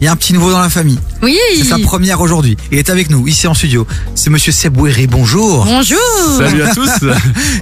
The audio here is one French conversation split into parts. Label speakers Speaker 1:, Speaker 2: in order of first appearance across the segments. Speaker 1: il y a un petit nouveau dans la famille.
Speaker 2: Oui.
Speaker 1: C'est sa première aujourd'hui. Il est avec nous, ici en studio. C'est monsieur Seboueri, bonjour.
Speaker 2: Bonjour.
Speaker 3: Salut à tous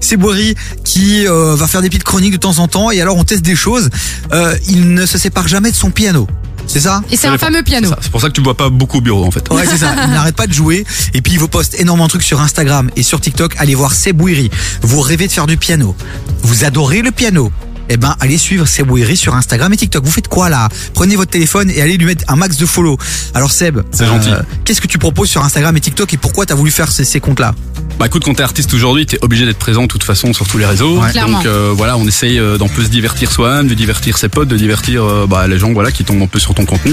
Speaker 1: Seboueri qui euh, va faire des petites chroniques de temps en temps et alors on teste des choses. Euh, il ne se sépare jamais de son piano. C'est ça
Speaker 2: Et c'est un fameux piano.
Speaker 3: Ça, C'est pour ça que tu me vois pas beaucoup au bureau en fait.
Speaker 1: Ouais, c'est ça. Il n'arrête pas de jouer. Et puis, il vous poste énormément de trucs sur Instagram et sur TikTok. Allez voir Sebouiri. Vous rêvez de faire du piano. Vous adorez le piano. Eh ben, allez suivre Sebouiri sur Instagram et TikTok. Vous faites quoi là Prenez votre téléphone et allez lui mettre un max de follow. Alors Seb, euh,
Speaker 3: C'est gentil.
Speaker 1: Qu'est-ce que tu proposes sur Instagram et TikTok et pourquoi t'as voulu faire ces, ces comptes-là
Speaker 3: Bah écoute, quand t'es artiste aujourd'hui, t'es obligé d'être présent de toute façon sur tous les réseaux.
Speaker 2: Ouais. Clairement.
Speaker 3: Donc euh, voilà, on essaye euh, d'en peu se divertir soi-même, de divertir ses potes, de divertir euh, bah, les gens voilà qui tombent un peu sur ton contenu.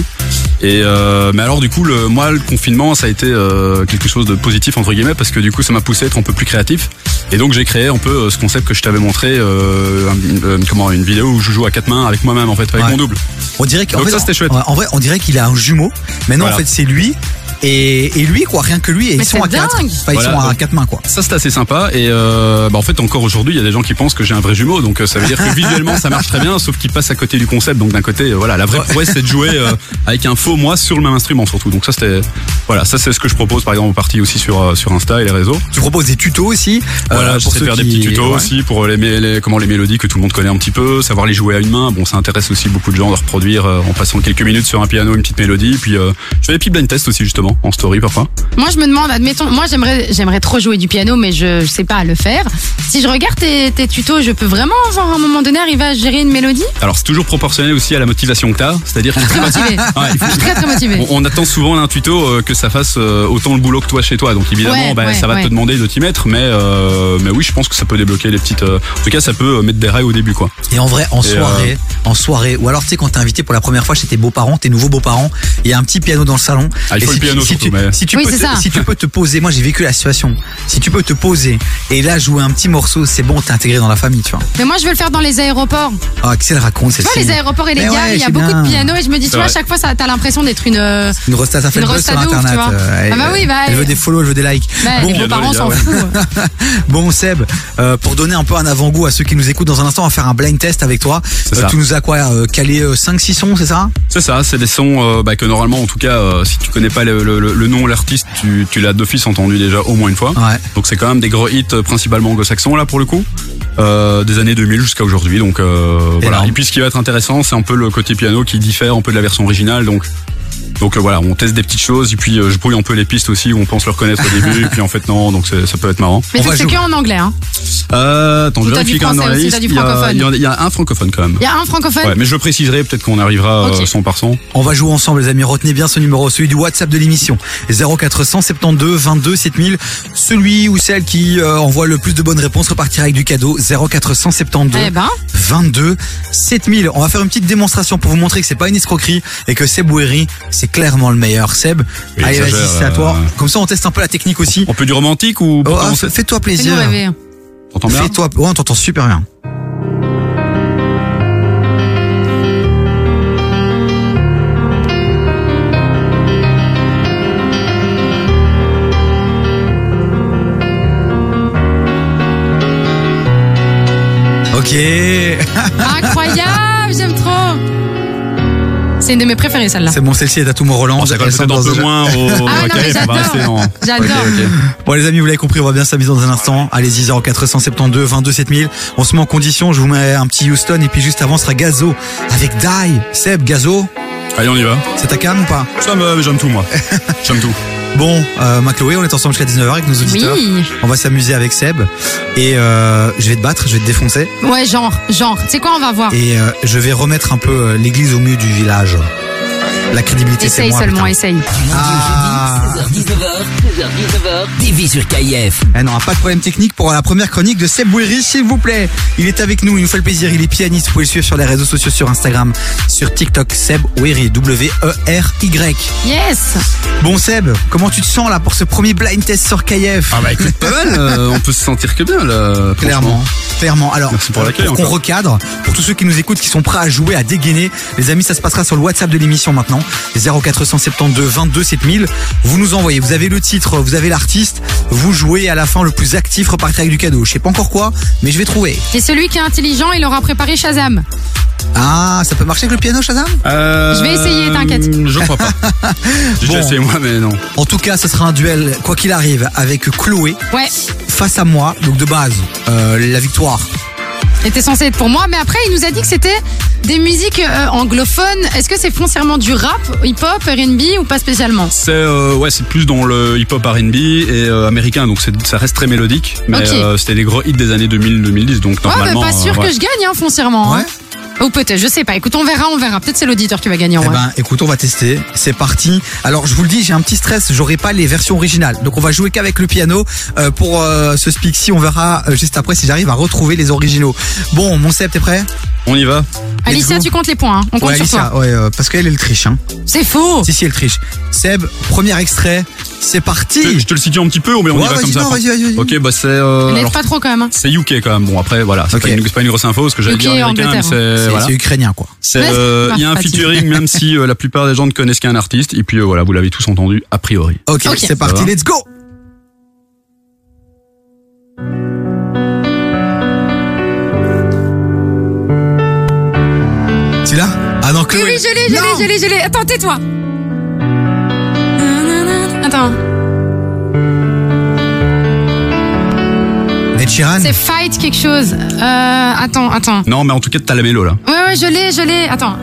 Speaker 3: Et euh, mais alors du coup, le, moi le confinement, ça a été euh, quelque chose de positif entre guillemets parce que du coup, ça m'a poussé à être un peu plus créatif. Et donc j'ai créé un peu euh, ce concept que je t'avais montré, euh, un- euh, comment une vidéo où je joue à quatre mains avec moi-même en fait, avec
Speaker 1: Ouais.
Speaker 3: mon double.
Speaker 1: On dirait qu'en
Speaker 3: Donc
Speaker 1: fait,
Speaker 3: ça, c'était chouette.
Speaker 1: En, en vrai, on dirait qu'il a un jumeau. Maintenant,
Speaker 3: Voilà.
Speaker 1: en fait, c'est lui et, et lui quoi, rien que lui et
Speaker 2: Mais
Speaker 1: ils sont
Speaker 2: c'est
Speaker 1: à quatre.
Speaker 2: dingue.
Speaker 1: Enfin, ils
Speaker 3: Voilà,
Speaker 1: sont à
Speaker 3: donc-
Speaker 1: quatre mains quoi.
Speaker 3: Ça c'est assez sympa et euh, bah, en fait encore aujourd'hui il y a des gens qui pensent que j'ai un vrai jumeau donc euh, ça veut dire que visuellement ça marche très bien sauf qu'ils passent à côté du concept donc d'un côté euh, voilà la vraie prouesse c'est de jouer euh, avec un faux moi sur le même instrument surtout donc ça c'était voilà ça c'est ce que je propose par exemple en partie aussi sur euh, sur Insta et les réseaux
Speaker 1: Tu proposes des tutos aussi.
Speaker 3: voilà
Speaker 1: euh, pour
Speaker 3: j'essaie de
Speaker 1: ceux
Speaker 3: faire des
Speaker 1: qui-
Speaker 3: petits tutos
Speaker 1: ouais.
Speaker 3: aussi pour les, mé- les- comment les mélodies que tout le monde connaît un petit peu savoir les jouer à une main bon ça intéresse aussi beaucoup de gens de reproduire euh, en passant quelques minutes sur un piano une petite mélodie puis euh, je fais des petits blind tests aussi justement en story parfois
Speaker 2: Moi, je me demande, admettons, moi, j'aimerais, j'aimerais trop jouer du piano, mais je, je sais pas le faire. Si je regarde tes, tes tutos, je peux vraiment, genre, à un moment donné, arriver à gérer une mélodie
Speaker 3: alors c'est toujours proportionnel aussi à la motivation que t'as c'est-à-dire qu'il faut-
Speaker 2: Très motivée.
Speaker 3: Ouais, il faut-
Speaker 2: Je suis très, très motivée.
Speaker 3: On, on attend souvent d'un tuto euh, que ça fasse euh, autant le boulot que toi chez toi. Donc évidemment,
Speaker 2: Ouais,
Speaker 3: bah,
Speaker 2: ouais,
Speaker 3: ça va
Speaker 2: ouais.
Speaker 3: te demander de t'y mettre, mais euh, mais oui, je pense que ça peut débloquer les petites. euh, en tout cas, ça peut euh, mettre des rails au début, quoi.
Speaker 1: Et en vrai, en
Speaker 3: Et, euh,
Speaker 1: soirée, en soirée, ou alors tu sais quand t'es invité pour la première fois chez tes beaux-parents, tes nouveaux beaux-parents, il y a un petit piano dans le salon.
Speaker 3: Ah, il
Speaker 1: Et
Speaker 3: faut
Speaker 1: si
Speaker 3: le
Speaker 1: tu-
Speaker 3: piano
Speaker 1: si
Speaker 3: surtout,
Speaker 1: tu-
Speaker 3: mais-
Speaker 1: Si tu,
Speaker 2: Oui,
Speaker 1: peux
Speaker 2: c'est
Speaker 1: te,
Speaker 2: ça.
Speaker 1: si tu peux te poser, moi j'ai vécu la situation. Si tu peux te poser et là jouer un petit morceau, c'est bon, t'es intégré dans la famille, tu vois.
Speaker 2: Mais moi, je veux le faire dans les aéroports.
Speaker 1: Ah, qu'est-ce qu'elle raconte
Speaker 2: Tu
Speaker 1: celle
Speaker 2: vois, les aéroports et les
Speaker 1: Mais
Speaker 2: gares,
Speaker 1: ouais,
Speaker 2: il y a
Speaker 1: c'est
Speaker 2: beaucoup
Speaker 1: bien.
Speaker 2: de pianos et je me dis, tu
Speaker 3: C'est
Speaker 2: vois, à
Speaker 3: vrai.
Speaker 2: chaque fois, ça, t'as l'impression d'être une. euh,
Speaker 1: Une resta, ça fait
Speaker 2: Une
Speaker 1: le buzz
Speaker 2: resta
Speaker 1: sur
Speaker 2: de ouf,
Speaker 1: internet.
Speaker 2: tu vois.
Speaker 1: euh,
Speaker 2: Ah bah
Speaker 1: elle-
Speaker 2: oui, bah,
Speaker 1: elle veut
Speaker 2: elle-
Speaker 1: des follow, elle veut des likes.
Speaker 2: bah,
Speaker 1: Bon,
Speaker 2: les beaux-parents
Speaker 3: les gars,
Speaker 2: s'en
Speaker 3: ouais.
Speaker 2: foutent.
Speaker 1: Bon Seb, euh, pour donner un peu un avant-goût à ceux qui nous écoutent dans un instant, on va faire un blind test avec toi.
Speaker 3: C'est
Speaker 1: Euh,
Speaker 3: ça.
Speaker 1: tu nous as quoi euh, calé 5-6 sons, c'est ça
Speaker 3: C'est ça, c'est des sons euh, bah, que normalement, en tout cas, euh, si tu connais pas le, le, le- le nom, l'artiste, tu, tu l'as d'office entendu déjà au moins une fois.
Speaker 1: Ouais.
Speaker 3: Donc c'est quand même des gros hits euh, principalement anglo-saxons là pour le coup, euh, des années 2000 jusqu'à aujourd'hui. Donc euh, voilà.
Speaker 1: Énorme.
Speaker 3: Et puis ce qui va être intéressant, c'est un peu le côté piano qui diffère un peu de la version originale. Donc donc euh, voilà, on teste des petites choses et puis euh, je brouille un peu les pistes aussi où on pense le reconnaître au début et puis en fait non. Donc c'est- ça peut être marrant.
Speaker 2: Mais
Speaker 1: On
Speaker 2: donc,
Speaker 1: va
Speaker 2: c'est
Speaker 1: jouer.
Speaker 2: que en anglais, hein.
Speaker 3: Euh, attends,
Speaker 2: Ou
Speaker 3: je
Speaker 2: t'as
Speaker 3: vérifie
Speaker 2: du
Speaker 3: quand même dans la
Speaker 2: français aussi,
Speaker 3: liste.
Speaker 2: t'as du
Speaker 3: Il y, a,
Speaker 2: francophone.
Speaker 3: il y en a- il y a un francophone quand même.
Speaker 2: Il y a un francophone.
Speaker 3: Ouais, mais je préciserai peut-être qu'on arrivera euh,
Speaker 2: Ok.
Speaker 3: son par son.
Speaker 1: On va jouer ensemble les amis, retenez bien ce numéro, celui du WhatsApp de l'émission. 0472 22 7000. Celui ou celle qui euh, envoie le plus de bonnes réponses repartira avec du cadeau. 0472
Speaker 2: Eh ben.
Speaker 1: 22 7000. On va faire une petite démonstration pour vous montrer que c'est pas une escroquerie et que Seb Ouéry, c'est clairement le meilleur. Seb,
Speaker 3: Oui,
Speaker 1: allez
Speaker 3: ça
Speaker 1: vas-y,
Speaker 3: gère,
Speaker 1: c'est à
Speaker 3: euh,
Speaker 1: toi. Comme ça on teste un peu la technique aussi.
Speaker 3: On peut du romantique ou
Speaker 1: Oh,
Speaker 3: pourtant,
Speaker 1: ah,
Speaker 3: c'est-
Speaker 1: Fais-toi plaisir.
Speaker 2: Fais-nous rêver.
Speaker 3: t'entends bien
Speaker 1: Fais-toi. Ouais, on t'entend super bien. Ok.
Speaker 2: Incroyable, j'aime trop. C'est une de mes préférées celle-là.
Speaker 1: C'est bon, celle-ci est à tout mon Roland.
Speaker 3: Oh, ça colle peut-être un peu moins au.
Speaker 2: Ah ouais, non, mais
Speaker 3: Ok, on va
Speaker 2: j'adore.
Speaker 3: rester dans-
Speaker 2: J'adore.
Speaker 3: Ok, ok.
Speaker 1: Bon les amis, vous l'avez compris, on va bien s'amuser dans un instant. Allez-y 0472 22 7000. On se met en condition, je vous mets un petit Houston et puis juste avant ce sera Gazo avec Die. Seb Gazo,
Speaker 3: Allez, on y va.
Speaker 1: c'est ta cam ou pas
Speaker 3: Ça me- J'aime tout, moi. J'aime tout.
Speaker 1: Bon, euh, ma Chloé, on est ensemble jusqu'à 19h avec nos auditeurs.
Speaker 2: Oui.
Speaker 1: On va s'amuser avec Seb et euh, je vais te battre, je vais te défoncer
Speaker 2: Ouais, genre, genre. Tu sais quoi, on va voir.
Speaker 1: et euh, je vais remettre un peu euh, l'église au milieu du village. La crédibilité, c'est
Speaker 2: Essaye
Speaker 1: moi.
Speaker 2: seulement,
Speaker 1: putain.
Speaker 2: essaye.
Speaker 4: Du lundi
Speaker 1: Ah.
Speaker 4: au jeudi, 16h-19h, 16h-19h, TV sur KIF.
Speaker 1: Eh non, pas de problème technique pour la première chronique de Seb Bouiri, s'il vous plaît. Il est avec nous, il nous fait le plaisir, il est pianiste. Vous pouvez le suivre sur les réseaux sociaux, sur Instagram, sur TikTok, Seb Bouiri, W-E-R-Y.
Speaker 2: Yes.
Speaker 1: Bon Seb, comment tu te sens là pour ce premier blind test sur KF
Speaker 3: Ah bah écoute, pas mal. euh, on peut se sentir que bien, là. franchement.
Speaker 1: Clairement. Clairement. Alors,
Speaker 3: Merci pour l'accueil,
Speaker 1: qu'on
Speaker 3: encore.
Speaker 1: recadre, pour tous ceux qui nous écoutent, qui sont prêts à jouer, à dégainer, les amis, ça se passera sur le WhatsApp de l'émission maintenant. 0472 22 7000. Vous nous envoyez, vous avez le titre, vous avez l'artiste, vous jouez à la fin le plus actif, repartir avec du cadeau. Je sais pas encore quoi, mais je vais trouver.
Speaker 2: Et celui qui est intelligent, il aura préparé Shazam.
Speaker 1: Ah, ça peut marcher avec le piano, Shazam
Speaker 3: Euh, hmm,
Speaker 2: Je vais essayer, t'inquiète.
Speaker 3: Je crois pas. J'ai déjà
Speaker 1: Bon.
Speaker 3: essayé moi, mais non.
Speaker 1: En tout cas, ce sera un duel, quoi qu'il arrive, avec Chloé
Speaker 2: Ouais.
Speaker 1: face à moi. Donc de base, euh, la victoire.
Speaker 2: C'était censé être pour moi, mais après, il nous a dit que c'était des musiques euh, anglophones. Est-ce que c'est foncièrement du rap, hip-hop, RB ou pas spécialement
Speaker 3: C'est euh, ouais, c'est plus dans le hip-hop R&B et euh, américain, donc c'est- ça reste très mélodique. Mais
Speaker 2: Ok.
Speaker 3: euh, c'était des gros hits des années 2000-2010, donc
Speaker 2: Ouais, bah,
Speaker 3: normalement.
Speaker 2: pas sûr
Speaker 3: euh, ouais.
Speaker 2: que je gagne, hein, foncièrement. hein. Ou peut-être, je sais pas. Écoute, on verra, on verra. Peut-être c'est l'auditeur qui va gagner en
Speaker 1: Eh
Speaker 2: vrai.
Speaker 1: ben, écoute, on va tester. C'est parti. Alors, je vous le dis, j'ai un petit stress. J'aurai pas les versions originales. Donc, on va jouer qu'avec le piano euh, pour euh, ce Spixi. On verra euh, juste après si j'arrive à retrouver les originaux. Bon, mon Seb, t'es prêt
Speaker 3: On y va.
Speaker 2: Alicia,
Speaker 1: ben, let's go.
Speaker 2: tu comptes les points. hein. On compte
Speaker 1: Ouais,
Speaker 2: sur
Speaker 1: Alicia.
Speaker 2: toi.
Speaker 1: Ouais, euh, parce qu'elle est le triche. Hein.
Speaker 2: C'est faux.
Speaker 1: Si, si, elle triche. Seb, premier extrait. C'est
Speaker 3: Je, je
Speaker 1: parti.
Speaker 3: te le situe un petit peu, mais on
Speaker 1: Ouais,
Speaker 3: y va
Speaker 1: vas-y,
Speaker 3: comme ça.
Speaker 1: non,
Speaker 3: après.
Speaker 1: vas-y, vas-y, vas-y.
Speaker 3: Ok, bah c'est. euh,
Speaker 2: N'aide
Speaker 3: alors,
Speaker 2: pas trop quand même. hein.
Speaker 3: c'est UK quand même. Bon après voilà, c'est
Speaker 1: Ok.
Speaker 3: pas, une- c'est pas une grosse info, ce que j'allais
Speaker 2: UK,
Speaker 3: dire américain, mais
Speaker 2: Angleterre.
Speaker 3: c'est
Speaker 1: C'est
Speaker 3: euh, voilà.
Speaker 1: c'est ukrainien, quoi.
Speaker 3: C'est, euh,
Speaker 2: Ouais,
Speaker 3: il y a un
Speaker 2: pas facile.
Speaker 3: featuring même si euh, la plupart des gens ne connaissent qu'un artiste et puis euh, voilà, vous l'avez tous entendu a priori.
Speaker 1: Ok,
Speaker 2: Ok.
Speaker 1: c'est parti.
Speaker 3: Ça va.
Speaker 1: Let's go. Tu l'as Ah non,
Speaker 2: Oui,
Speaker 1: Chloé.
Speaker 2: oui, je l'ai, je l'ai,
Speaker 1: Non.
Speaker 2: je l'ai, je l'ai. Attends, tais-toi. Nanana. Attends,
Speaker 1: Ed Sheeran
Speaker 2: c'est fight quelque chose. Euh, attends, attends.
Speaker 3: Non, mais en tout cas, t'as la mélo là.
Speaker 2: Ouais, ouais, je l'ai, je l'ai. Attends.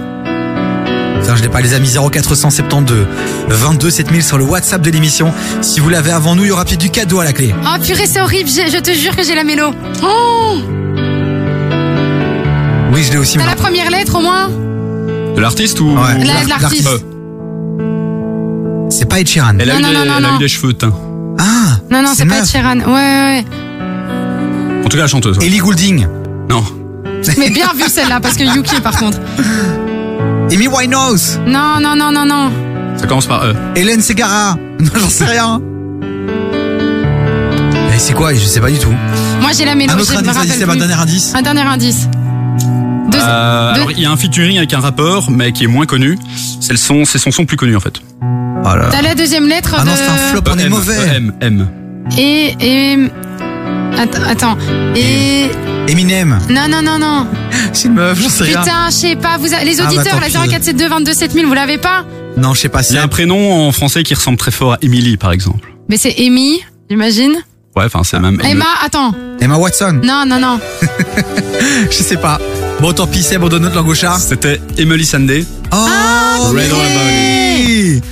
Speaker 1: Putain, je l'ai pas les amis 0472 22 7000 sur le WhatsApp de l'émission. Si vous l'avez avant nous, il y aura peut-être du cadeau à la clé.
Speaker 2: Oh purée, c'est horrible. j'ai- Je te jure que j'ai la mélo. Oh,
Speaker 1: Oui, je l'ai aussi.
Speaker 2: T'as la
Speaker 1: maintenant.
Speaker 2: première lettre au moins
Speaker 3: De l'artiste ou
Speaker 1: Ouais.
Speaker 2: La-
Speaker 1: L'art-
Speaker 2: de l'artiste.
Speaker 1: l'artiste. C'est pas Ed Sheeran.
Speaker 3: Elle a,
Speaker 2: Non,
Speaker 3: eu
Speaker 2: non,
Speaker 3: des,
Speaker 2: non, non,
Speaker 3: elle a eu
Speaker 2: non.
Speaker 3: des cheveux teints.
Speaker 1: Ah
Speaker 2: Non, non, c'est pas
Speaker 1: neuf.
Speaker 2: Sheeran. Ouais, ouais, ouais.
Speaker 3: En tout cas, la chanteuse. ouais.
Speaker 1: Ellie Goulding.
Speaker 3: Non.
Speaker 2: Mais bien vu celle-là, parce que Yuki par contre.
Speaker 1: Amy Winehouse.
Speaker 2: Non, non, non, non, non.
Speaker 3: Ça commence par E.
Speaker 1: Hélène Segara. Non, j'en sais rien. Mais c'est quoi Je sais pas du tout.
Speaker 2: Moi j'ai la mélo.
Speaker 1: Un
Speaker 2: je
Speaker 1: autre
Speaker 2: me
Speaker 1: indice, vas-y,
Speaker 2: rappelle
Speaker 1: c'est ma
Speaker 2: plus.
Speaker 1: dernier indice.
Speaker 2: Un dernier indice. Deux-
Speaker 3: Euh,
Speaker 2: deux-
Speaker 3: Alors, il y a un featuring avec un rappeur, mais qui est moins connu. C'est le son, c'est son son plus connu en fait.
Speaker 1: Oh là là.
Speaker 2: Ah. T'as la deuxième lettre
Speaker 1: Ah
Speaker 2: de...
Speaker 1: non, c'est un flop, on est
Speaker 3: EM,
Speaker 1: mauvais.
Speaker 3: EM, euh, M.
Speaker 2: Et... et... Attends, attends. Et...
Speaker 1: Eminem.
Speaker 2: Non, non, non, non.
Speaker 1: C'est une meuf, j'en sais rien.
Speaker 2: Putain, je sais pas. Vous a- Les
Speaker 1: Ah, bah,
Speaker 2: auditeurs,
Speaker 1: tant
Speaker 2: la
Speaker 1: pis.
Speaker 2: 0472 22 7000, vous l'avez pas
Speaker 1: Non, je sais pas.
Speaker 3: Il y a un
Speaker 1: Seb.
Speaker 3: prénom en français qui ressemble très fort à Emily, par exemple.
Speaker 2: Mais c'est Amy, j'imagine.
Speaker 3: Ouais, enfin, c'est même.
Speaker 2: Emma, attends.
Speaker 1: Emma Watson.
Speaker 2: Non, non, non.
Speaker 1: Je sais pas. Bon, tant pis, Seb, on donne notre langue au chat.
Speaker 3: C'était Emily Sandé.
Speaker 1: Oh,
Speaker 2: Ah,
Speaker 3: Red on the
Speaker 1: oui.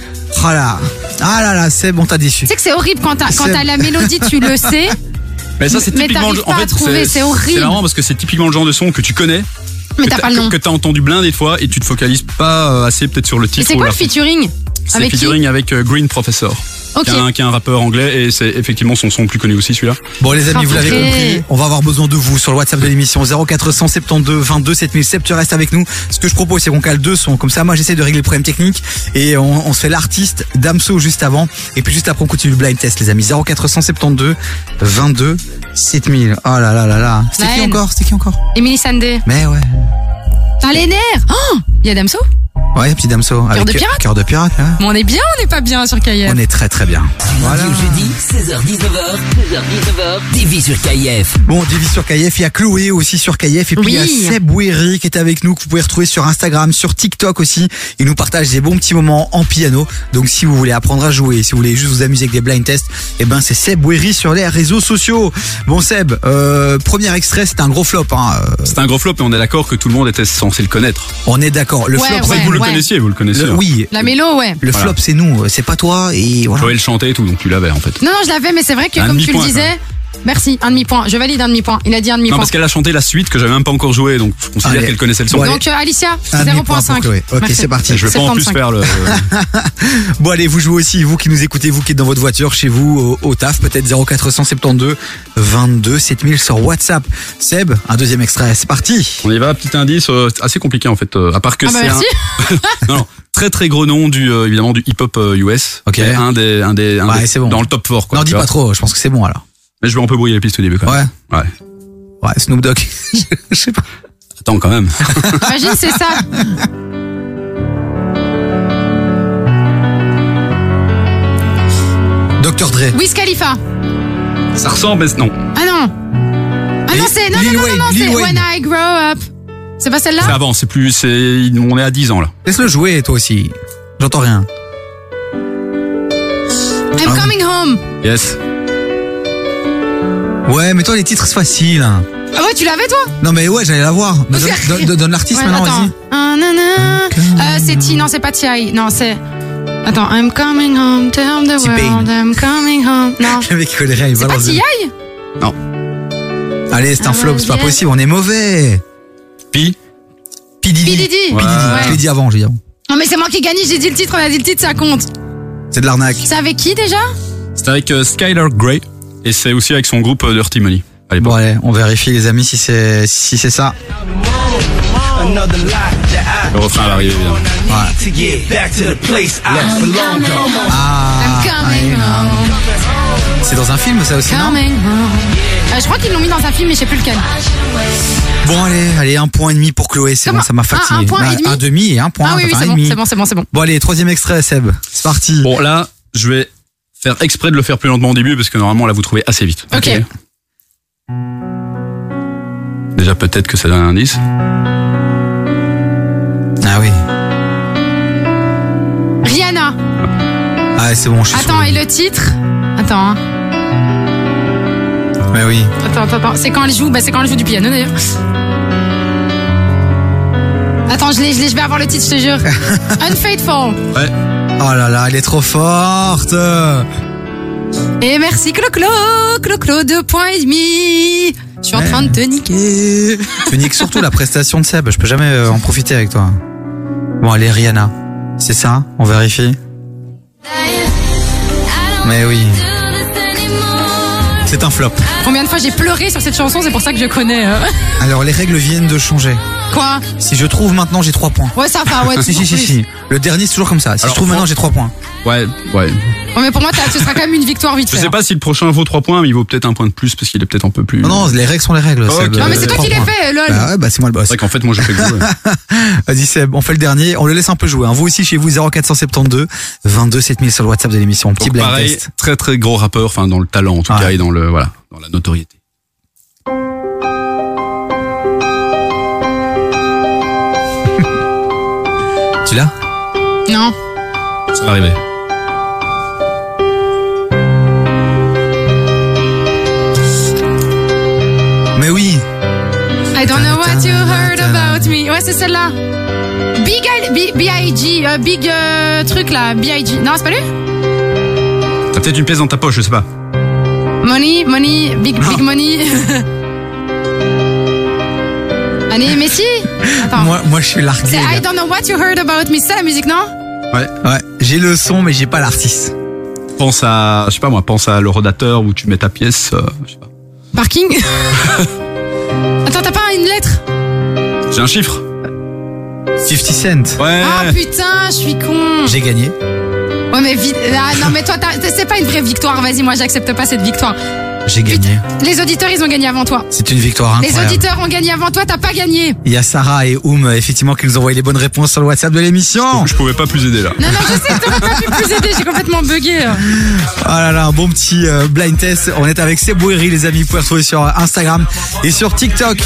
Speaker 1: Oh là. Ah là là, Seb, on t'a déçu.
Speaker 2: Tu sais que c'est horrible quand t'as quand
Speaker 1: C'est-
Speaker 2: t'as la mélodie, tu le sais.
Speaker 3: Mais ça, c'est
Speaker 2: Mais
Speaker 3: typiquement.
Speaker 2: t'arrives
Speaker 3: En
Speaker 2: pas à
Speaker 3: fait,
Speaker 2: trouver, c'est horrible.
Speaker 3: C'est marrant parce que c'est typiquement le genre de son que tu connais,
Speaker 2: Mais
Speaker 3: que
Speaker 2: t'as
Speaker 3: t'as-
Speaker 2: pas le nom.
Speaker 3: que- que t'as entendu plein des fois et tu te focalises pas euh, assez peut-être sur le
Speaker 2: Et
Speaker 3: titre.
Speaker 2: c'est
Speaker 3: ou
Speaker 2: quoi le
Speaker 3: l'artiste.
Speaker 2: featuring
Speaker 3: C'est
Speaker 2: Avec qui
Speaker 3: featuring avec euh, Green Professor,
Speaker 2: Ok.
Speaker 3: qui, est un, qui est un rappeur anglais et c'est effectivement son son le plus connu aussi celui-là.
Speaker 1: Bon les amis, vous l'avez
Speaker 2: Enfoiré.
Speaker 1: compris, on va avoir besoin de vous sur le WhatsApp de l'émission 0472 22 7007, tu restes avec nous. Ce que je propose c'est qu'on cale deux sons, comme ça moi j'essaie de régler le problème technique et on, on se fait l'artiste Damso juste avant et puis juste après on continue le blind test les amis 0472 22 7000. Oh là là là là. C'était
Speaker 2: La
Speaker 1: qui
Speaker 2: haine.
Speaker 1: encore C'était qui encore
Speaker 2: Emily Sandé.
Speaker 1: Mais ouais.
Speaker 2: T'as les nerfs Oh Il y a Damso
Speaker 1: Ouais, petit Damso avec euh,
Speaker 2: de pirate
Speaker 1: Cœur de pirate. ouais.
Speaker 2: Mais on est bien, on n'est pas bien sur Cayenne.
Speaker 1: On est très très bien. Voilà.
Speaker 4: Lundi au jeudi, 16h-19h, 16h-19h, TV sur KIF.
Speaker 1: Bon, Divi sur Kayef, il y a Chloé aussi sur Kayef, et puis il y a
Speaker 2: Oui.
Speaker 1: Seb Ouéry qui est avec nous, que vous pouvez retrouver sur Instagram, sur TikTok aussi. Il nous partage des bons petits moments en piano. Donc si vous voulez apprendre à jouer, si vous voulez juste vous amuser avec des blind tests, eh ben c'est Seb Ouéry sur les réseaux sociaux. Bon Seb, euh, premier extrait, c'est un gros flop. Hein. Euh,
Speaker 3: C'est un gros flop et on est d'accord que tout le monde était censé le connaître.
Speaker 1: On est d'accord. Le
Speaker 2: Ouais,
Speaker 1: flop,
Speaker 3: Après,
Speaker 1: c'est
Speaker 3: vous le
Speaker 2: ouais.
Speaker 3: connaissiez, vous le connaissiez. hein.
Speaker 1: le- oui.
Speaker 2: La mélo, ouais.
Speaker 1: Le
Speaker 3: Voilà.
Speaker 1: flop, c'est nous, c'est pas toi. Et
Speaker 3: Tu
Speaker 1: voilà.
Speaker 3: pouvais le chanter et tout, donc tu l'avais en fait.
Speaker 2: Non, non, je l'avais, mais c'est vrai que
Speaker 3: Un
Speaker 2: comme tu le
Speaker 3: demi-point,
Speaker 2: disais. Merci, un demi-point. Je valide un demi-point. Il a dit un
Speaker 3: Non,
Speaker 2: demi-point.
Speaker 3: parce qu'elle a chanté la suite que j'avais même pas encore joué, donc je considère
Speaker 1: Allez.
Speaker 3: qu'elle connaissait le son.
Speaker 1: Bon, allez.
Speaker 2: Donc, euh, Alicia,
Speaker 1: Un demi-point pour
Speaker 2: 0.5.
Speaker 1: Chloé. Ok,
Speaker 2: Merci.
Speaker 1: c'est parti.
Speaker 3: je vais pas en plus
Speaker 2: 75.
Speaker 3: faire le.
Speaker 1: Bon allez, vous jouez aussi, vous qui nous écoutez, vous qui êtes dans votre voiture, chez vous, au, au taf, peut-être 0472 22 7000 sur WhatsApp. Seb, un deuxième extrait, c'est parti.
Speaker 3: on y va, petit indice euh, assez compliqué en fait, euh, à part que
Speaker 2: Ah bah
Speaker 3: c'est
Speaker 2: merci.
Speaker 3: un non, non, très très gros nom du euh, évidemment du hip hop US.
Speaker 1: Ok.
Speaker 3: C'est Un des un des, un
Speaker 1: Ouais,
Speaker 3: des-
Speaker 1: c'est bon.
Speaker 3: dans le top 4 quoi.
Speaker 1: non,
Speaker 3: tu
Speaker 1: dis
Speaker 3: vois.
Speaker 1: pas trop, je pense que c'est bon alors.
Speaker 3: Mais je vais un peu brouiller les pistes au début quand
Speaker 1: Ouais.
Speaker 3: même. Ouais.
Speaker 1: Ouais, Snoop Dogg. je sais pas.
Speaker 3: Attends quand même.
Speaker 2: Imagine, c'est ça.
Speaker 1: Dr Dre.
Speaker 2: Wiz Khalifa.
Speaker 3: Ça ressemble mais non.
Speaker 2: Ah non. Ah non, c'est. Non,
Speaker 1: Lil
Speaker 2: non, non,
Speaker 1: Wayne,
Speaker 2: non, non,
Speaker 1: Lil
Speaker 2: c'est
Speaker 1: Wayne.
Speaker 2: When I Grow Up. C'est pas
Speaker 3: C'est
Speaker 2: celle-là
Speaker 3: avant, c'est plus, c'est, on est à 10 ans là.
Speaker 1: Laisse-le jouer, toi aussi. J'entends rien.
Speaker 2: I'm
Speaker 1: ah.
Speaker 2: coming home.
Speaker 3: Yes.
Speaker 1: Ouais, mais toi, les titres, c'est facile. hein.
Speaker 2: Ah ouais, tu l'avais toi
Speaker 1: Non, mais ouais, j'allais la voir. Mais Donne, donne- donne- donne l'artiste
Speaker 2: Ouais,
Speaker 1: maintenant,
Speaker 2: attends.
Speaker 1: vas-y.
Speaker 2: Ah, nanana. Euh, c'est Ti, non, c'est pas Ti. Non, c'est. Attends, I'm coming home, turn the
Speaker 1: T-Pain.
Speaker 2: world, I'm coming home. Non.
Speaker 1: Le mec, il connaît rien, il
Speaker 2: C'est pas
Speaker 1: balance.
Speaker 2: Ti
Speaker 1: Allez, c'est un
Speaker 2: Ah,
Speaker 1: flop, c'est pas
Speaker 2: bien.
Speaker 1: possible, on est mauvais.
Speaker 3: Pi.
Speaker 1: Pididi.
Speaker 2: P. Diddy.
Speaker 3: Ouais.
Speaker 1: Je l'ai
Speaker 2: Ouais.
Speaker 1: dit avant, j'ai dit avant.
Speaker 2: Non, mais c'est moi qui ai gagné, j'ai dit le titre, on a dit le titre, ça compte.
Speaker 1: C'est de l'arnaque.
Speaker 2: C'est avec qui déjà
Speaker 3: C'est avec euh, Skylar Grey et c'est aussi avec son groupe euh, Dirty Money. À l'époque.
Speaker 1: Bon, allez, on vérifie, les amis, si c'est, si c'est ça.
Speaker 5: Another life that
Speaker 3: Le refrain va arriver évidemment.
Speaker 5: I need to get back to the place I belong to.
Speaker 1: Ah,
Speaker 2: I'm coming
Speaker 1: ah,
Speaker 2: home,
Speaker 1: c'est dans un film, ça aussi, non?
Speaker 2: coming home. Euh, je crois qu'ils l'ont mis dans un film, mais je sais plus lequel.
Speaker 1: Bon, allez, allez, un point et demi pour Chloé, c'est bon,
Speaker 2: Comment
Speaker 1: ça m'a
Speaker 2: Un- un
Speaker 1: fatigué.
Speaker 2: point et
Speaker 1: Ouais,
Speaker 2: demi
Speaker 1: un demi et un point.
Speaker 2: ah oui,
Speaker 1: t'as
Speaker 2: oui,
Speaker 1: fait un
Speaker 2: c'est
Speaker 1: et
Speaker 2: bon,
Speaker 1: demi.
Speaker 2: c'est bon, c'est bon, c'est bon.
Speaker 1: Bon, allez, troisième extrait, Seb. C'est parti.
Speaker 3: Bon là, je vais faire exprès de le faire plus lentement au début parce que normalement là vous trouvez assez vite.
Speaker 2: Ok.
Speaker 3: Déjà peut-être que ça donne un indice.
Speaker 1: Ah oui.
Speaker 2: Rihanna.
Speaker 1: Ah, c'est bon, je suis
Speaker 2: Attends,
Speaker 1: sur-
Speaker 2: et le titre Attends, hein.
Speaker 1: Mais oui.
Speaker 2: attends, attends, attends. C'est quand elle joue Bah, c'est quand elle joue du piano d'ailleurs. Attends, je l'ai, je l'ai, je vais avoir le titre, je te jure. Unfaithful.
Speaker 3: Ouais.
Speaker 1: Oh là là, elle est trop forte.
Speaker 2: Et merci Clo-Clo, Clo-Clo, deux points et demi. Je suis en
Speaker 1: Ouais.
Speaker 2: train de te niquer.
Speaker 1: Tu niques surtout la prestation de Seb. Je peux jamais euh, en profiter avec toi. Bon, allez, Rihanna. C'est ça On vérifie. Mais oui. C'est un flop.
Speaker 2: Combien de fois j'ai pleuré sur cette chanson, c'est pour ça que je connais. hein.
Speaker 1: Alors, les règles viennent de changer.
Speaker 2: Quoi
Speaker 1: Si je trouve maintenant, j'ai trois points.
Speaker 2: Ouais, ça va,
Speaker 3: Ah,
Speaker 2: ouais.
Speaker 1: Si, si, si,
Speaker 2: plus.
Speaker 1: si. Le dernier, c'est toujours comme ça. Si
Speaker 3: Alors,
Speaker 1: je trouve
Speaker 3: fran-
Speaker 1: maintenant, j'ai trois points.
Speaker 3: Ouais, ouais.
Speaker 2: Ouais, mais pour moi, t'as- ce sera quand même une victoire vite
Speaker 3: Je
Speaker 2: fait. hein.
Speaker 3: sais pas si le prochain vaut 3 points, mais il vaut peut-être un point de plus parce qu'il est peut-être un peu plus.
Speaker 1: Non, non, les règles sont les règles.
Speaker 3: Hmm. Ok.
Speaker 1: Seb.
Speaker 3: Non,
Speaker 2: Ah, mais c'est
Speaker 1: Euh,
Speaker 2: toi
Speaker 1: Trois
Speaker 2: qui l'as
Speaker 1: points.
Speaker 2: fait, lol.
Speaker 1: Bah ouais, bah c'est moi le boss.
Speaker 3: C'est vrai qu'en fait moi je fais que le jeu.
Speaker 1: Vas-y Seb, on fait le dernier, on le laisse un peu jouer. hein. Vous aussi chez vous 0472 22 7000 sur le WhatsApp de l'émission. Petit
Speaker 3: Donc,
Speaker 1: blind
Speaker 3: pareil,
Speaker 1: test.
Speaker 3: très très gros rappeur, enfin dans le talent en tout
Speaker 1: Ouais.
Speaker 3: cas et dans le voilà, dans la notoriété.
Speaker 1: Tu l'as
Speaker 2: Non.
Speaker 3: Ça va arriver.
Speaker 1: Mais oui.
Speaker 2: I don't know what you heard about me. Ouais, c'est celle-là. Big I- B- B.I.G. euh, big euh, truc là. B.I.G. Non, c'est pas lui
Speaker 3: T'as peut-être une pièce dans ta poche, je sais pas.
Speaker 2: Money, money, big, big money. Allez, mais si Attends.
Speaker 1: Moi, moi je suis largué.
Speaker 2: Ah. c'est
Speaker 1: les gars.
Speaker 2: I don't know what you heard about me. C'est ça la musique, non
Speaker 3: Ouais.
Speaker 1: Ouais, j'ai le son mais j'ai pas l'artiste.
Speaker 3: Pense à, je sais pas moi, pense à l'horodateur où tu mets ta pièce. euh, je sais pas.
Speaker 2: Parking Attends, t'as pas une lettre
Speaker 3: J'ai un chiffre.
Speaker 1: 50 Cent.
Speaker 3: Ouais.
Speaker 2: Ah putain, je suis con.
Speaker 1: J'ai gagné.
Speaker 2: Ouais, mais vite. Ah, non, mais toi, t'as- c'est pas une vraie victoire. Vas-y, moi, j'accepte pas cette victoire.
Speaker 1: J'ai gagné.
Speaker 2: Les auditeurs, ils ont gagné avant toi.
Speaker 1: C'est une victoire
Speaker 2: Les
Speaker 1: incroyable.
Speaker 2: auditeurs ont gagné avant toi, t'as pas gagné.
Speaker 1: Il y a Sarah et Oum effectivement qui nous ont envoyé les bonnes réponses sur le WhatsApp de l'émission.
Speaker 3: Je pouvais pas plus aider là.
Speaker 2: Non, non, je sais, t'aurais pas pu plus aider, j'ai complètement bugué.
Speaker 1: Ah là là, un bon petit euh, blind test. On est avec Sebouiri les amis, vous pouvez retrouver sur Instagram euh, et sur TikTok.